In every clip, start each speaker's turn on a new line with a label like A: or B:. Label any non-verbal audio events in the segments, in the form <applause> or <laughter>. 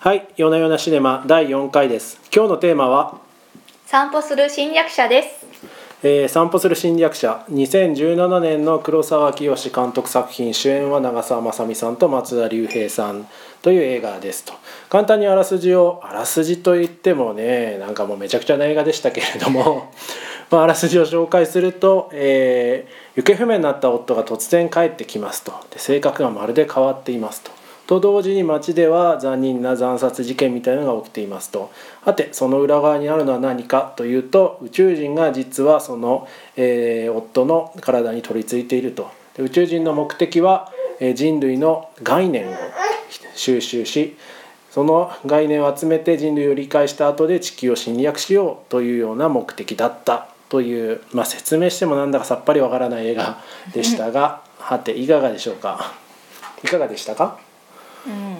A: はい、夜な夜なシネマ第4回です。今日のテーマは、
B: 散歩する侵略者です
A: えー散歩する侵略者2017年の黒沢清監督作品主演は長澤まさみさんと松田龍平さんという映画ですと簡単にあらすじをあらすじといってもねなんかもうめちゃくちゃな映画でしたけれども <laughs> まああらすじを紹介すると、えー行方不明になった夫が突然帰ってきますとで性格がまるで変わっていますと。と同時に町では残忍な惨殺事件みたいなのが起きていますとはてその裏側にあるのは何かというと宇宙人が実はその、えー夫の体に取り付いているとで宇宙人の目的は、えー人類の概念を収集しその概念を集めて人類を理解した後で地球を侵略しようというような目的だったという、まあ、説明してもなんだかさっぱりわからない映画でしたがはていかがでしょうかいかがでしたか
B: うん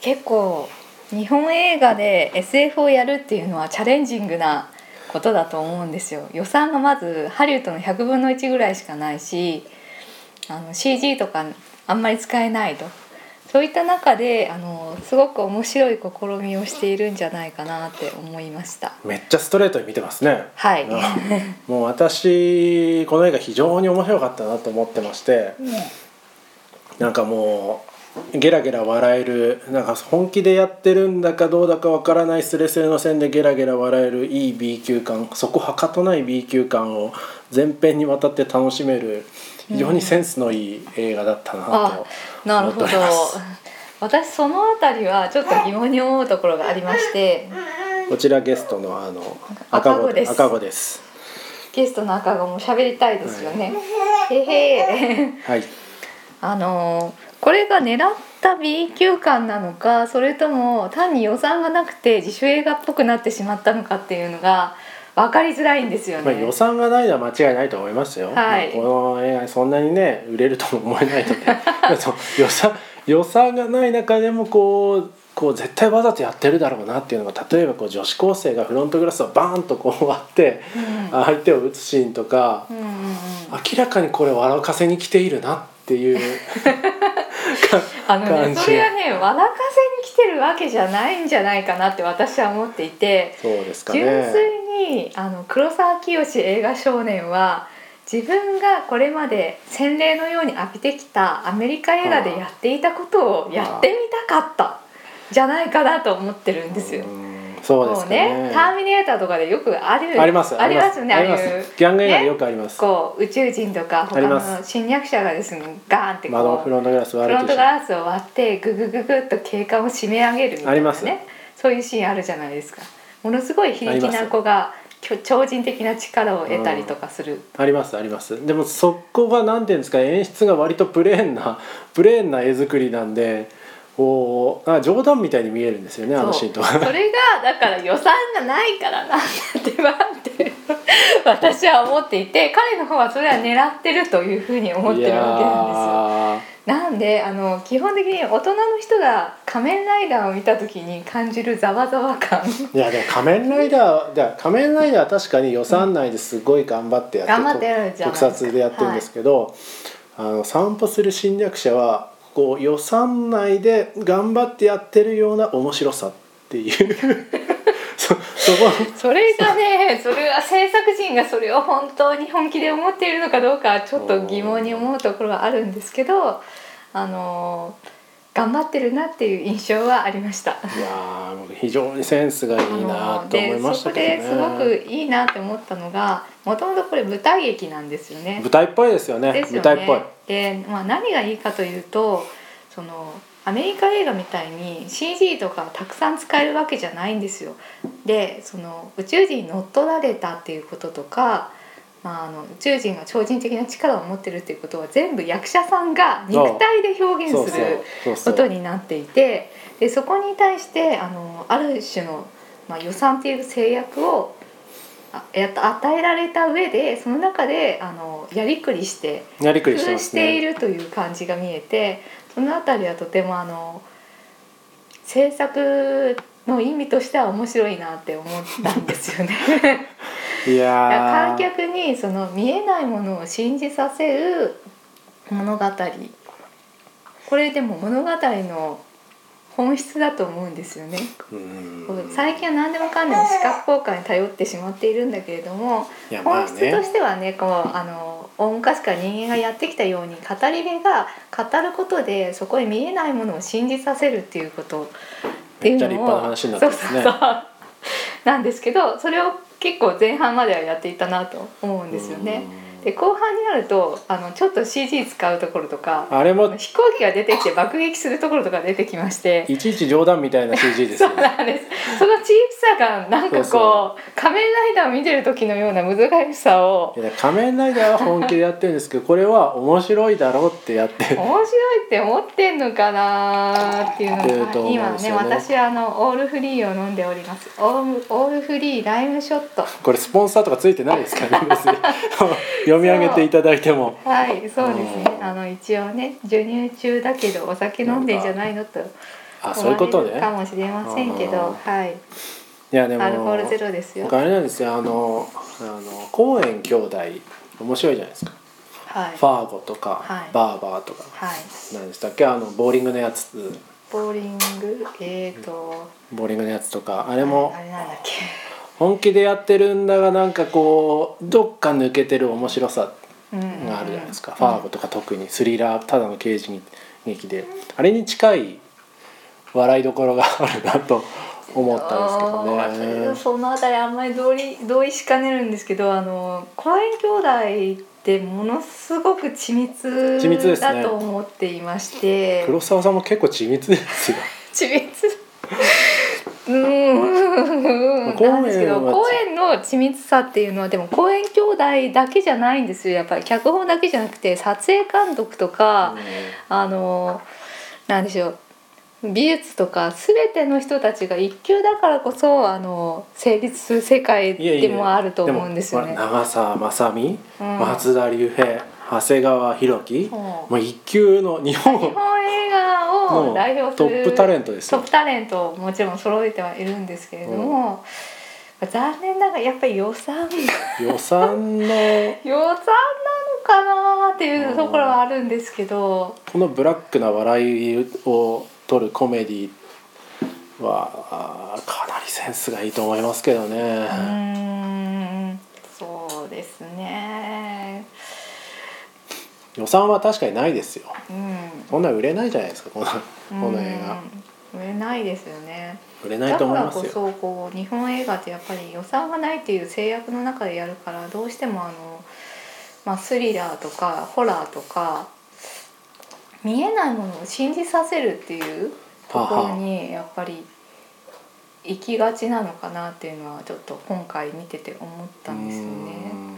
B: 結構日本映画で SF をやるっていうのはチャレンジングなことだと思うんですよ予算がまずハリウッドの100分の1ぐらいしかないしあの CG とかあんまり使えないとそういった中であのすごく面白い試みをしているんじゃないかなって思いました
A: めっちゃストレートに見てますね。
B: はい
A: あもう私この映画非常に面白かったなと思ってまして、なんかもうゲラゲラ笑えるなんか本気でやってるんだかどうだかわからないスレスレの線でゲラゲラ笑えるいい B 級感そこはかとない B 級感を全編にわたって楽しめる非常にセンスのいい映画だったな
B: あ
A: と
B: な
A: 思
B: る
A: って
B: ほ
A: お
B: ど
A: ります。
B: 私そのあたりはちょっと疑問に思うところがありまして
A: こちらゲストのあの
B: 赤
A: 赤
B: 子
A: 子
B: です
A: 赤子です。
B: ゲストの赤子も喋りたいですよね。へへ
A: はい。
B: あのーこれが狙った B 級感なのかそれとも単に予算がなくて自主映画っぽくなってしまったのかっていうのが分かりづらいんですよね。
A: まあ、予算がないのは間違いないと思いますよ、
B: はい
A: まあこの映画そんなにね売れるとも思えないの
B: <laughs>
A: でそう予算予算がない中でもこうこう絶対わざとやってるだろうなっていうのが例えばこう女子高生がフロントグラスをバーンとこう割って
B: うん
A: 相手を打つシーンとか
B: うんうんうん
A: 明らかにこれ笑かせに来ているなっていう
B: あの
A: 感
B: ね、
A: じ
B: それはね笑かせに来てるわけじゃないんじゃないかなって私は思っていて、
A: そうですかね。
B: 純粋にあの黒沢清映画少年は自分がこれまで洗礼のように浴びてきたアメリカ映画でやっていたことをやってみたかったじゃないかなと思ってるんですよ。
A: うんそうです
B: もう
A: か
B: ね
A: ね
B: 「ターミネーター」とかでよくある
A: あります
B: ありますよねあ
A: あ
B: あ
A: りま
B: いう
A: すギャング映画でよくあります。
B: こう宇宙人とか他
A: あり
B: の
A: ま
B: 侵略者がですねガーンってこ
A: 窓の
B: う
A: フロントグラス
B: フ
A: 割れて
B: ロ
A: しま
B: ント
A: う
B: ガラスを割ってググググッと景観を締め上げるみたいな、ね、
A: あります
B: そういうシーンあるじゃないですかものすごい非力な子がきょ超人的な力を得たりとかする、
A: ありますありますでもそこが何ていうんですか演出が割とプレーンな <laughs> プレーンな絵作りなんでこうあ冗談みたいに見えるんですよねあのシー
B: そ
A: ンと
B: うそ
A: か
B: れがだから予算がないからなんだってばって私は思っていて彼の方はそれは狙ってるというふうに思ってるわけなんですよ。なんであの基本的に大人の人が「仮面ライダー」を見た時に感じるざわざわ感
A: いやーいやでも仮面ライダーじゃ仮面ライダーは確かに予算内ですごい頑張ってやって,、
B: 頑張ってやるじゃ
A: 特
B: ないですか
A: 撮でやってるんですけど、あの散歩する侵略者はこう予算内で頑張ってやってるような面白さっていう <laughs> そそこ
B: それがねそれは制作陣がそれを本当に本気で思っているのかどうかちょっと疑問に思うところはあるんですけどあの頑張ってるなっていう印象はありました。
A: いやー僕非常にセンスがいいなと思いましたけどね。
B: あのでそこですごくいいなって思ったのがもともとこれ舞台劇なんですよね
A: 舞。台っぽいですよね。
B: ですよ
A: 舞台っぽい
B: ね。。で、まあ、何がいいかというとそのアメリカ映画みたいに CG とかたくさん使えるわけじゃないんですよ。でその宇宙人に乗っ取られたっていうこととか、まあ、あの宇宙人が超人的な力を持ってるっていうことは全部役者さんが肉体で表
A: そう
B: 現す
A: そう
B: る
A: そう
B: こ
A: そう。
B: とになっていてでそこに対してあのある種の、まあ、予算っていう制約をあやっ与えられた上でその中であのやりくりして
A: やりく
B: 工
A: りして
B: 夫
A: ま
B: し
A: す
B: てい
A: ね。
B: るという感じが見えてそのあたりはとてもあの制作の意味としては面白いなって思ったんですよね。
A: い
B: だから
A: や
B: 観
A: ー。
B: 客にその見えないものを信じさせる物語これでも物語の本質だと思うんですよね。
A: うん
B: こう最近は何でもかんでも視覚効果に頼ってしまっているんだけれども
A: いやま
B: 本
A: あ
B: 質
A: ね
B: としてはねこうあの大昔から人間がやってきたように語り部が語ることでそこに見えないものを信じさせるっていうことっていうのを
A: めっちゃ立派な話になってますね
B: そうそうそうなんですけどそれを結構前半まではやっていたなと思うんですよね。
A: うん
B: で後半になるとあのちょっと CG 使うところとか
A: あれも
B: 飛行機が出てきて爆撃するところとか出てきまして
A: いちいち冗談みたいな CG ですよ
B: そう
A: ね
B: なんです。そのチープさがなんかこう
A: そうそ
B: 仮面ライダーを見てる時のような難しさを
A: いや仮面ライダーは本気でやってるんですけどこれは面白いだろうってやって
B: 面白いって思ってんのかなっていうの
A: っていう
B: が
A: と思
B: 今
A: うんです
B: ね
A: よね
B: 私はあのオールフリーを飲んでおりますオールオールフリーライムショット
A: これスポンサーとかついてないですからね別
B: <laughs>
A: に読み上げていただいても
B: はいそうですね
A: うん
B: あの一応ね授乳中だけどお酒飲んでんじゃないのと
A: あそういうこと
B: 思われる
A: ね
B: かもしれませんけ
A: うん
B: どはい
A: いやでも
B: アルコールゼロですよ
A: 僕あれなんですよあのあの公園兄弟面白いじゃないですか、
B: はい
A: ファーゴとか、
B: はい
A: バーバーとか
B: はい
A: 何でしたっけあのボーリングのやつ
B: ボーリングえーと
A: ボーリングのやつとかあれも
B: あれなんだっけ
A: 本気でやってるんだがなんかこうどっか抜けてる面白さが
B: が
A: あるじゃないですか、ファーゴとか特にスリラーただの刑事劇であれに近い笑いどころがあるなと思ったんですけどね。
B: そのあたりあんまり同意同意しかねるんですけどあの公園兄弟ってものすごく緻
A: 緻密で
B: 密
A: すね
B: だと思っていまして
A: 黒沢さんも結構緻密ですよ。
B: 緻密うーん
A: 公園は
B: なんですけど公園の緻密さっていうのはでも公園兄弟だけじゃないんですよやっぱり脚本だけじゃなくて撮影監督とか、あのなんでしょう美術とか全ての人たちが一級だからこそあの成立する世界
A: いやいや
B: でもあると思うんですよね。
A: もほら長澤まさみ、
B: うん
A: 松田龍平、長谷川博己、
B: うん
A: もう一級の日本
B: 日本映画を代
A: の
B: 表す
A: ト
B: る
A: ップタレントです
B: トッ
A: よ
B: プ。タレントをもちろん揃えてはいるんですけれども、残念ながら <laughs> やっぱり予算
A: 予算の
B: 予算なのかなっていうところはあるんですけど、
A: このブラックな笑いを取るコメディはあーかなりセンスがいいと思いますけどね
B: う。ーんそうですね。
A: 予算は確かにないですよ。
B: うん
A: こんな売れないじゃないですかこのこの映画。
B: うん売れないですよね
A: 売れないと思い
B: だ
A: ま
B: から
A: す
B: こ
A: よ。
B: そこう日本映画ってやっぱり予算がないっていう制約の中でやるからどうしてもあの、まあ、スリラーとかホラーとか見えないものを信じさせるっていうところにやっぱり行きがちなのかなっていうのはちょっと今回見てて思ったんですよね。
A: うん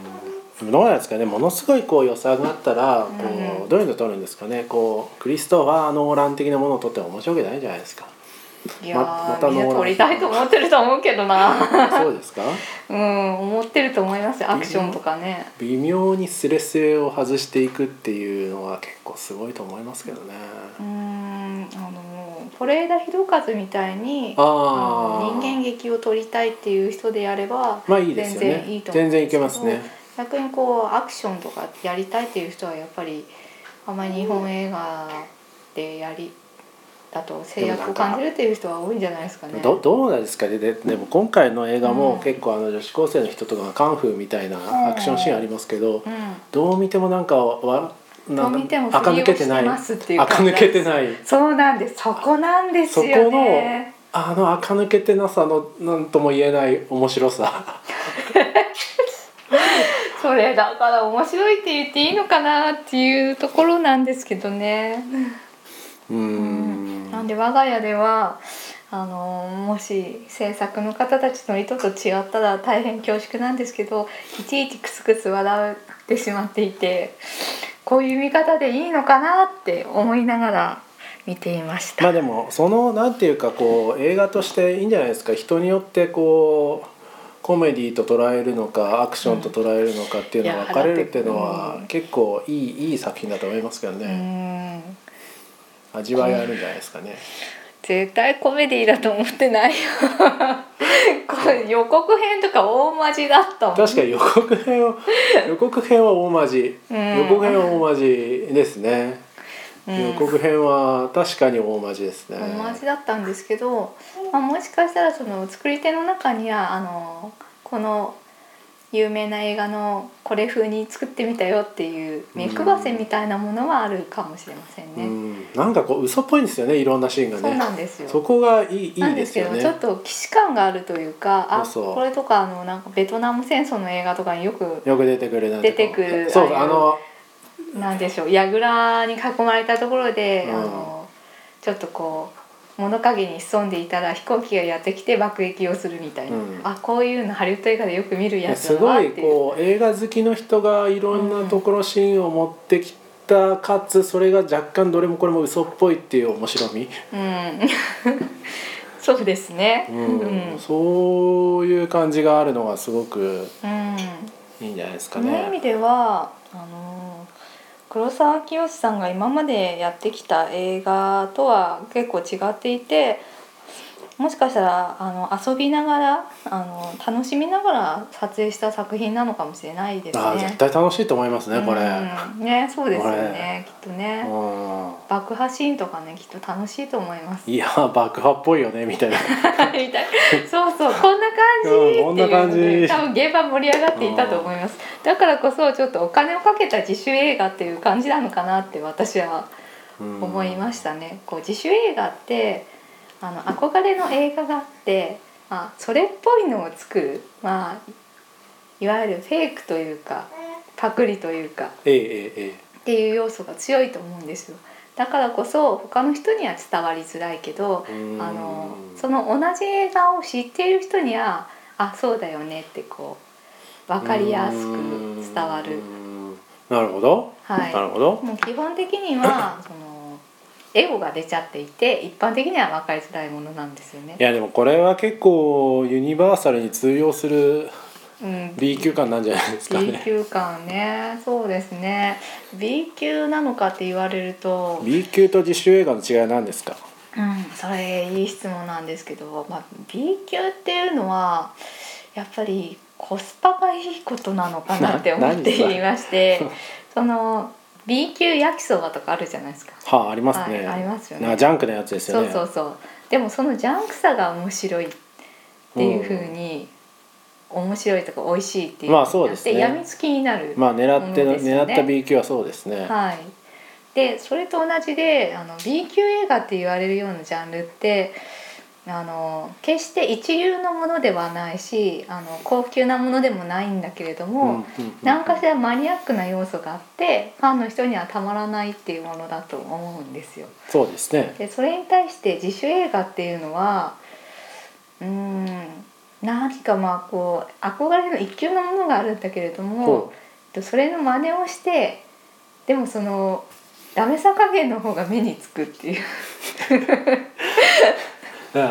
A: どうなんですかねものすごいこう予算があったらこう、
B: うん
A: どういうの撮るんですかねこうクリストファー・ノーラン的なものを撮っても面白くないじゃない
B: <laughs>
A: ですか
B: いやー、
A: ままた
B: みんな
A: ノーラン
B: 撮りたいと思ってると思うけどな
A: そうですか
B: うん思ってると思いますよアクションとかね。
A: 微妙にスレスレを外していくっていうのは結構すごいと思いますけどね、
B: うーんあの是枝裕和みたいに
A: あ
B: あ
A: あ
B: の人間劇を撮りたいっていう人でやれば
A: まあいいですよね
B: 全然いいと思う
A: 全
B: んで
A: 然い
B: すけ
A: け
B: ど
A: ますね
B: 逆にこうアクションとかやりたいっていう人はやっぱりあまり日本映画でやりだと制約を感じるっていう人は多いんじゃないですかね。
A: どどうなんですかねででも今回の映画
B: う
A: も
B: ん
A: 結構あの女子高生の人とかがカンフーみたいなアクションシーンありますけど、
B: うん
A: どう見てもなんかわな
B: ど
A: ん
B: う
A: か
B: 見ても
A: 垢抜けてない
B: 振りをしてますっていう
A: 垢
B: 感じ
A: 抜けてない
B: そうなんですそこなんです
A: そこ
B: よ
A: の
B: ね。
A: あの垢抜けてなさの何とも言えない面白
B: <laughs>
A: さ
B: それだから面白いって言っていいのかなっていうところなんですけどね。
A: うーん
B: なんで我が家ではあのもし制作の方たちの意図と違ったら大変恐縮なんですけどいちいちクスクス笑ってしまっていてこういう見方でいいのかなって思いながら見ていました。
A: まあでもそのなんていうかこう映画としていいんじゃないですか人によってこうコメディと捉えるのかアクションと捉えるのかっていうの
B: い
A: が
B: や
A: 分かれるっていうの
B: う
A: は
B: ん
A: 結構いいいい作品だと思いますけど
B: う
A: ね
B: ーん
A: 味わいあるんじゃないですかね
B: 絶対コメディだと思ってないよ <laughs> これ予告編とか大マジだったもん
A: 確かに予告
B: <laughs>
A: 編を予告編は大まじ
B: うん
A: 予告編は大まじですね
B: うん
A: 予告編は確かに大マジですね。
B: 友達だったんですけど、まあ、もしかしたらその作り手の中にはあのこの有名な映画のこれ風に作ってみたよっていう目配せみたいなものはあるかもしれません
A: う
B: ね。
A: ん、なんかこう嘘っぽいんですよねいろんなシーンがね
B: そうなんですよ
A: そこがいいい
B: ないん
A: で
B: ですすけ
A: よ
B: ど、
A: ね
B: ちょっと既視感があるというかあ
A: そうそう
B: これとかあのなんかベトナム戦争の映画とかによく
A: よく出てくるなん
B: 出てくる
A: そう
B: ああ
A: あ
B: いう
A: の
B: なんでしょう櫓に囲まれたところで、
A: うん
B: あのちょっとこう物陰に潜んでいたら飛行機がやってきて爆撃をするみたいな、
A: うん
B: あこういうのハリウッド映画でよく見るやつ
A: す
B: だな
A: ご
B: っ
A: い
B: ていう。
A: こう映画好きの人がいろんなところシーンを持ってきたかつそれが若干どれもこれも嘘っぽいっていう面白み、
B: うん <laughs> そうですね。
A: うん
B: うん
A: そういう感じがあるのがすごく
B: うん
A: いいんじゃないです
B: そ
A: か
B: の意味
A: ね。
B: ではあの黒沢清さんが今までやってきた映画とは結構違っていてもしかしたらあの遊びながらあの楽しみながら撮影した作品なのかもしれないですね。
A: あー絶対楽しいと思いますねこれ。
B: うんねそうですよねきっとね。
A: うん
B: 爆破シーンとかねきっと楽しいと思います。
A: いやー爆破っぽいよねみたいな。
B: みたいそうそうこんな感じって
A: うんこんな感じ
B: いうので多分現場盛り上がっていたと思いますだからこそちょっとお金をかけた自主映画っていう感じなのかなって私は思いま
A: し
B: したね、こう自主映画ってあの憧れの映画があって、まあ、それっぽいのを作る、まあ、いわゆるフェイクというかパクリというか
A: た。えええええ
B: っていう要素が強いと思うんですよだからこそ他の人には伝わりづらいけど、
A: え。うん
B: あのその同じ映画を知っている人にはあそうだよねってこう分かりやすく伝わ
A: う
B: る。
A: んなるほど、
B: はい
A: なるほど
B: もう基本的にはそのエゴが出ちゃっていて一般的には分かりづらいものなんですよね
A: い。やでもこれは結構ユニバーサルに通用する
B: うん、
A: B 級感なんじゃないですか
B: B
A: ね
B: 級感ねそうですね B 級なのかって言われると
A: B 級と自主映画の違いは何ですか
B: うん、それいい質問なんですけど、まあ、B 級っていうのはやっぱりコスパがいいことなのかなって思
A: な
B: っ
A: 何それ
B: ていまして <laughs> その B 級焼きそばとかあるじゃないですか。
A: はあありますね、
B: はいありますよね
A: なんかジャンクなやつですよ
B: そう
A: ね
B: そうそうでもそのジャンクさが面白いっていうふうに、面白いとか美味しいっていう
A: まあそうですね
B: やみつきになる、
A: まあ狙って、
B: ものです
A: 狙
B: よ
A: っ
B: ね
A: た B 級はそうですね、
B: はい、でそれと同じであの B 級映画って言われるようなジャンルってあの決して一流のものではないしあの高級なものでもないんだけれど
A: うん
B: も、
A: うんうん
B: 何かしらマニアックな要素があってファンの人にはたまらないっていうものだと思うんですよ。
A: そうですね
B: でそれに対して自主映画っていうのはうーん何かまあこう憧れの一級のものがあるんだけれども
A: ほ
B: とそれの真似をしてでもそのダメさ加減の方が目につくっていう <laughs>
A: うん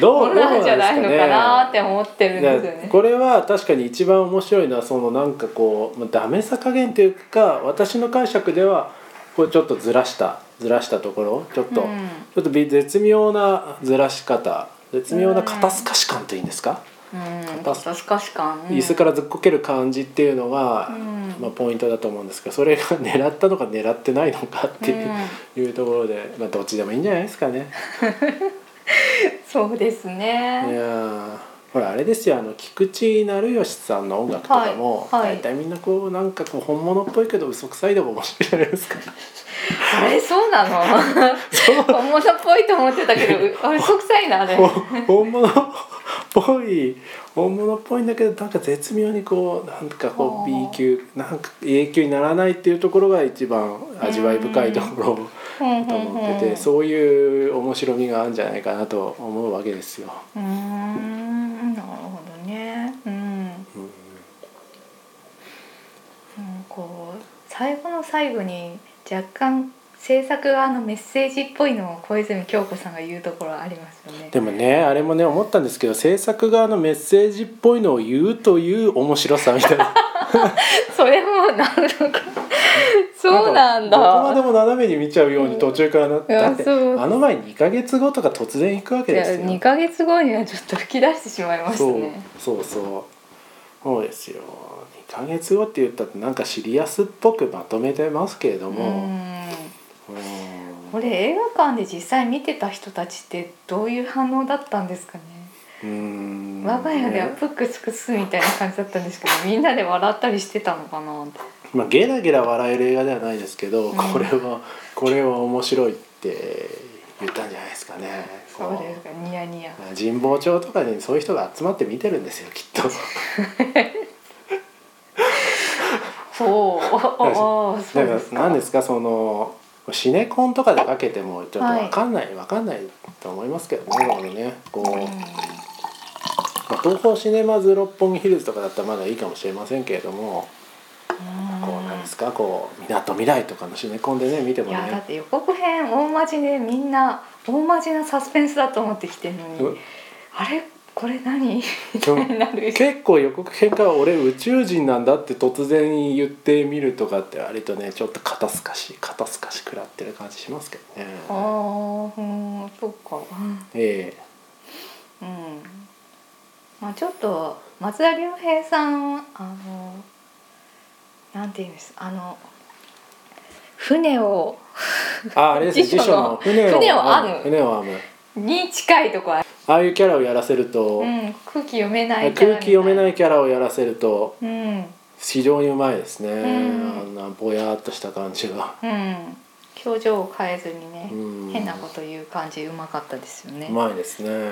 A: ど
B: も
A: う
B: の
A: どう
B: なんじゃないのかな
A: なん
B: っ
A: です
B: て思って
A: か
B: るん
A: ね
B: ですよね。
A: これは確かに一番面白いのはそのなんかこうまあダメさ加減というか私の解釈ではこうちょっとずらしたずらしたところちょっと、
B: うん
A: ちょっとび絶妙なずらし方絶妙な肩透かし感というんですか、
B: うん、
A: 片す
B: 肩透かし感、うん
A: 椅子からずっこける感じっていうのが、
B: うん
A: まあ、ポイントだと思うんですけどそれが狙ったのか狙ってないのかっていう,、ところで、まあ、どっちでもいいんじゃないですかね。
B: そうですね。
A: いやーほらあれですよあの菊池成吉さんの音楽とかも、
B: はいは
A: 大
B: い
A: 体みんなこうなんかこう本物っぽいけど嘘くさいでも面白いじゃないですか。
B: あれそう
A: <laughs>
B: なの本物っぽいと思ってたけどあれ嘘くさいなあれ。
A: ほ本物っぽい本物っぽいんだけどなんか絶妙にこうなんかこう
B: ほう
A: B 級なんか A 級にならないっていうところが一番味わい深いところ
B: と思
A: だと思っててそういう面白みがあるんじゃないかなと思うわけですよ。
B: うーんなるほどねうんなん
A: うん
B: こう最後の最後に若干制作側のメッセージっぽいのを小泉京子さんが言うところありますよね
A: でもねあれもね思ったんですけど制作側のメッセージっぽいのを言うという面白さみたいな
B: <laughs> それもなんだか <laughs> そうなんだ
A: どこまでも斜めに見ちゃうように途中からなって、
B: いや
A: だって
B: そう
A: あの前2ヶ月後とか突然行くわけ
B: い
A: で
B: や
A: すよ。
B: 2ヶ月後にはちょっと吹き出してしまいました
A: そう
B: ね
A: そうそうそうですよ2ヶ月後って言ったってなんかシリアスっぽくまとめてますけれど
B: う
A: も、
B: ん
A: う
B: これ映画館で実際見てた人たちってどういう反応だったんですかね
A: うん
B: 我が家では
A: ね
B: プックスクスみたいな感じだったんですけどみんなで笑ったりしてたのかなって
A: まあ、ゲラゲラ笑える映画ではないですけど、
B: うん
A: これはこれは面白いって言ったんじゃないですかね。こ
B: そうですかニヤニヤ
A: まあ神保町とかにそういう人が集まって見てるんですよきっと。
B: おーおーおーそう
A: な
B: で
A: ん
B: す
A: か
B: か
A: なんですかそのシネコンとかでかけてもちょっと
B: はい
A: わかんない、わかんないと思いますけどね。なのでねこう、
B: うん
A: まあ、東宝シネマズ六本木ヒルズとかだったらまだいいかもしれませんけれども、こうなんですかこう港未来とかのシネコンでね見て
B: い
A: も
B: やだ
A: ね
B: っ。て予告編大まじでみんな大まじなサスペンスだと思ってきてるのに、
A: うん
B: あれこれ何 <laughs> みたいになる
A: 結構予告編から俺宇宙人なんだって突然言ってみるとかって割とねちょっと肩透かし肩透かし食らってる感じしますけどね
B: ああうんそっか
A: え
B: うんまあちょっと松田龍平さんはあのなんていうんですあの船を
A: えああれです
B: <laughs>
A: ね辞
B: 辞
A: 書
B: 書
A: の
B: の
A: 船を
B: 船を編む
A: 船を編む
B: に近いとこある、
A: ああいうキャラをやらせると、
B: うん、空気読めない
A: 空気読めないいキャラをやらせると
B: うん
A: 非常にうまいですね、
B: ん
A: あんなぼやーっとした感じが、
B: うん表情を変えずにね、
A: うん
B: 変なこと言う感じうまかったですよね、
A: うまいですね、
B: う
A: ま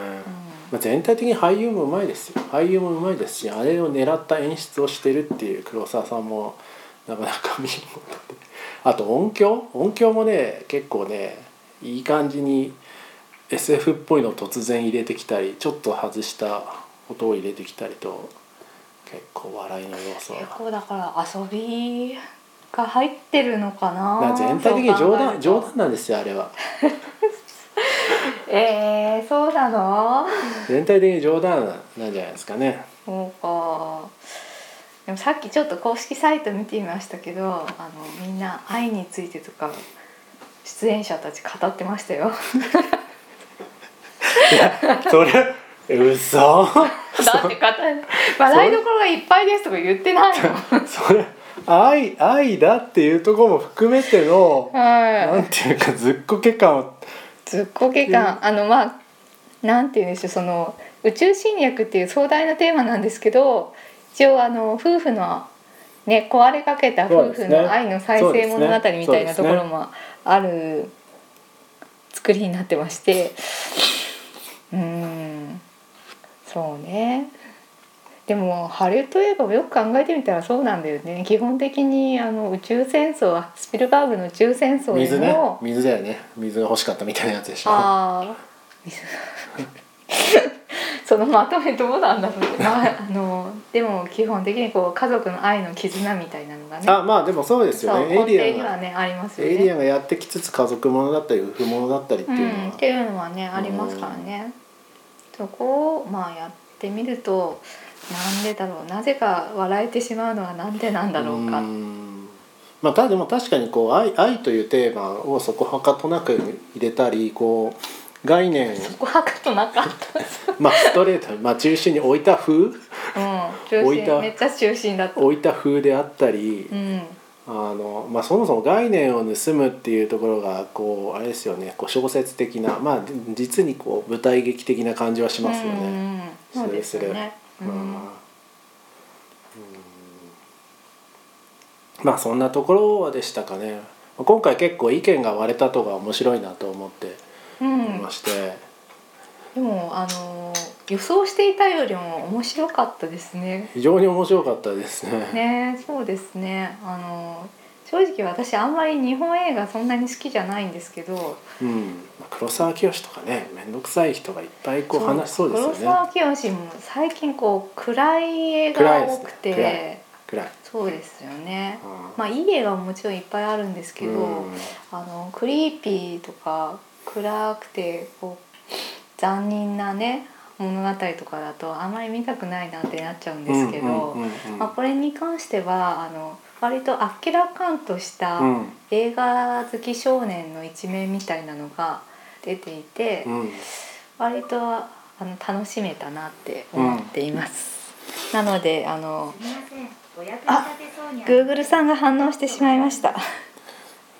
A: あ、全体的に俳優もうまいですよ俳優もうまいですしあれを狙った演出をしてるっていう黒沢さんもなかなか見事であと音響音響もね結構ねいい感じに SF っぽいのを突然入れてきたりちょっと外した音を入れてきたりと結構笑いの要素
B: ん、
A: が
B: 結構だから遊びが入ってるのかな
A: だから全体的に冗談
B: そう
A: 冗
B: 考
A: 談なんですよあれは
B: えるとえー、そうなの
A: 全体的に冗談なんじゃないですかね
B: そうかでもさっきちょっと公式サイト見てみましたけどあのみんな愛についてとか出演者たち語ってましたよ
A: それ嘘
B: <laughs> だって語る笑いどころがいっぱいですとか言ってない
A: <laughs>
B: の
A: それ愛愛だっていうところも含めての
B: は
A: なんていうかずっこけ感を
B: ずっこけ
A: う
B: 感あのまあなんて言うんでしょうその宇宙侵略っていう壮大なテーマなんですけど一応あの夫婦のね壊れかけた
A: そう
B: 夫
A: です
B: 婦
A: ね
B: の愛の再
A: そうで
B: 生
A: すね
B: 物語みたいな
A: そうです
B: ところ
A: ね
B: もある作りになってましてうーんそうねでもハリウッド映画をよく考えてみたらそうなんだよね基本的にあの宇宙戦争はスピルバーグの宇宙戦争で
A: 水ね
B: も、
A: 水だよね水が欲しかったみたいなやつでしょ
B: ああそのまとめどうなんだろうね、まあ、あのでも基本的にこう家族の愛の絆みたいなのがね
A: あまあでもそうです
B: そう
A: よ
B: 根
A: ねエイリア
B: 底
A: ン
B: には
A: が
B: ねありますよ
A: エイリア
B: ね。
A: ンがやってきつつ家族ものだったり夫婦ものだったりって
B: う、
A: いうんの
B: っ
A: は
B: ていうのはねありますからね。そこをまあやってみるとなんでだろうなぜか笑えてしまうのはなんでなんだろうか。
A: ーんまあ、ただでも確かにこう愛愛というテーマをそこはかとなく入れたりこう概念
B: そこはかとなかった。
A: まあストレートに、まあ、中心に置いた風
B: うん、中
A: 置いた
B: 心めっちゃ中心だった。
A: 置いた風であったり、
B: うん、
A: あのまあ、そもそも概念を盗むっていうところがこうあれですよねこう小説的な、まあ、実にこう舞台劇的な感じはしますよ
B: うん
A: ね。
B: うんうん、そうですよね。
A: う
B: うんん
A: まあうんまあそんなところでしたかね今回結構意見が割れたとが面白いなと思って
B: う
A: い
B: ん
A: ま、して、
B: でもあの予想していたよりも面白かったですね。
A: 非常に面白かったですね。
B: ねそうですね。あの正直私あんまり日本映画そんなに好きじゃないんですけど、
A: うん、黒沢清とかね面倒くさい人がいっぱいこう話しそうですよ
B: 黒
A: ね。
B: 沢清も最近こう暗い映画
A: 暗い
B: が
A: です
B: 多
A: ね
B: くて、
A: 暗いくらい。
B: そうですよね。
A: うん
B: まあいい映画ももちろんいっぱいあるんですけど、
A: うん
B: あのクリーピーとか暗くてこう残忍なね物語とかだとあまり見たくないなってなっちゃうんですけど、
A: うんうんうんうん
B: まあ、これに関してはあの割とあっけらかんとした
A: うん
B: 映画好き少年の一面みたいなのが出ていて、
A: うん
B: 割とあの楽しめたなって思っています。なのであの
C: すみません、お役に立てそうにありま
B: Google さんが反応してしまいました。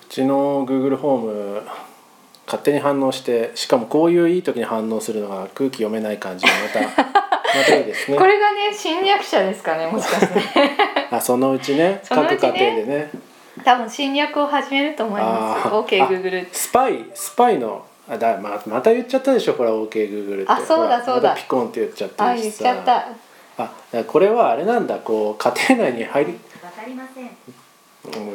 A: ちの Google ホーム勝手に反応してしかもこういういい時に反応するのが空気読めない感じがま
B: <laughs>
A: たまたいいですね
B: これがね侵略者ですかねもし
A: <laughs>
B: かして
A: あそのうちね
B: そのうちね
A: 各家庭でね
B: <laughs> 多分侵略を始めると思います
A: あー
B: OKGoogle
A: スパイスパイのあだままた言っちゃったでしょほら OKGoogle って
B: あそう
A: ほ
B: だ
A: ら
B: そうだ
A: またピコンって言っちゃって
B: あ
A: る
B: 言
A: し
B: っちゃった
A: あだからこれはあれなんだこう家庭内に入り
C: わかりません。
A: うん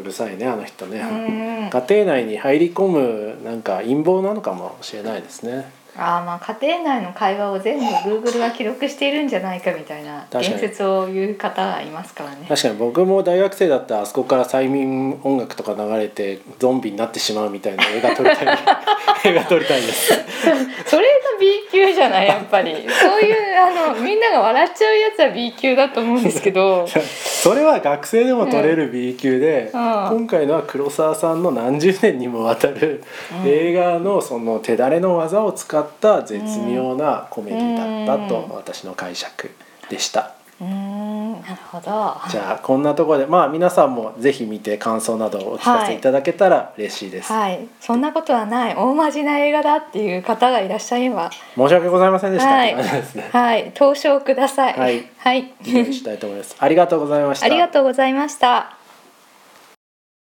A: うるさいねあの人ね、
B: うんうん
A: 家庭内に入り込むなんか陰謀なのかもしれないですね
B: あーまあ家庭内の会話を全部 Google が記録しているんじゃないかみたいな
A: 確かに
B: 伝説を言う方がいますからね
A: 確かに僕も大学生だったらあそこから催眠音楽とか流れてゾンビになってしまうみたいな映画撮りたい映画撮りたいです
B: それが B 級じゃないやっぱりそういうあのみんなが笑っちゃうやつは B 級だと思うんですけど
A: <laughs> それは学生でも撮れる B 級で、
B: うん
A: 今回のは黒沢さんの何十年にもわたる
B: うん
A: 映画のその手だれの技を使った絶妙なコメディだった
B: う
A: と
B: ん
A: 私の解釈でした。
B: うーんなるほど
A: じゃあこんなところでまあ皆さんもぜひ見て感想などをお聞かせいただけたら嬉しいです。
B: はいそんなことはない大真面目な映画だっていう方がいらっしゃれば
A: 申し訳ございませんでした。
B: はい
A: ということですね。
B: はい投書をください
A: はい
B: はい、
A: 以上にしたいと思います。ありがとうございました。
B: ありがとうございました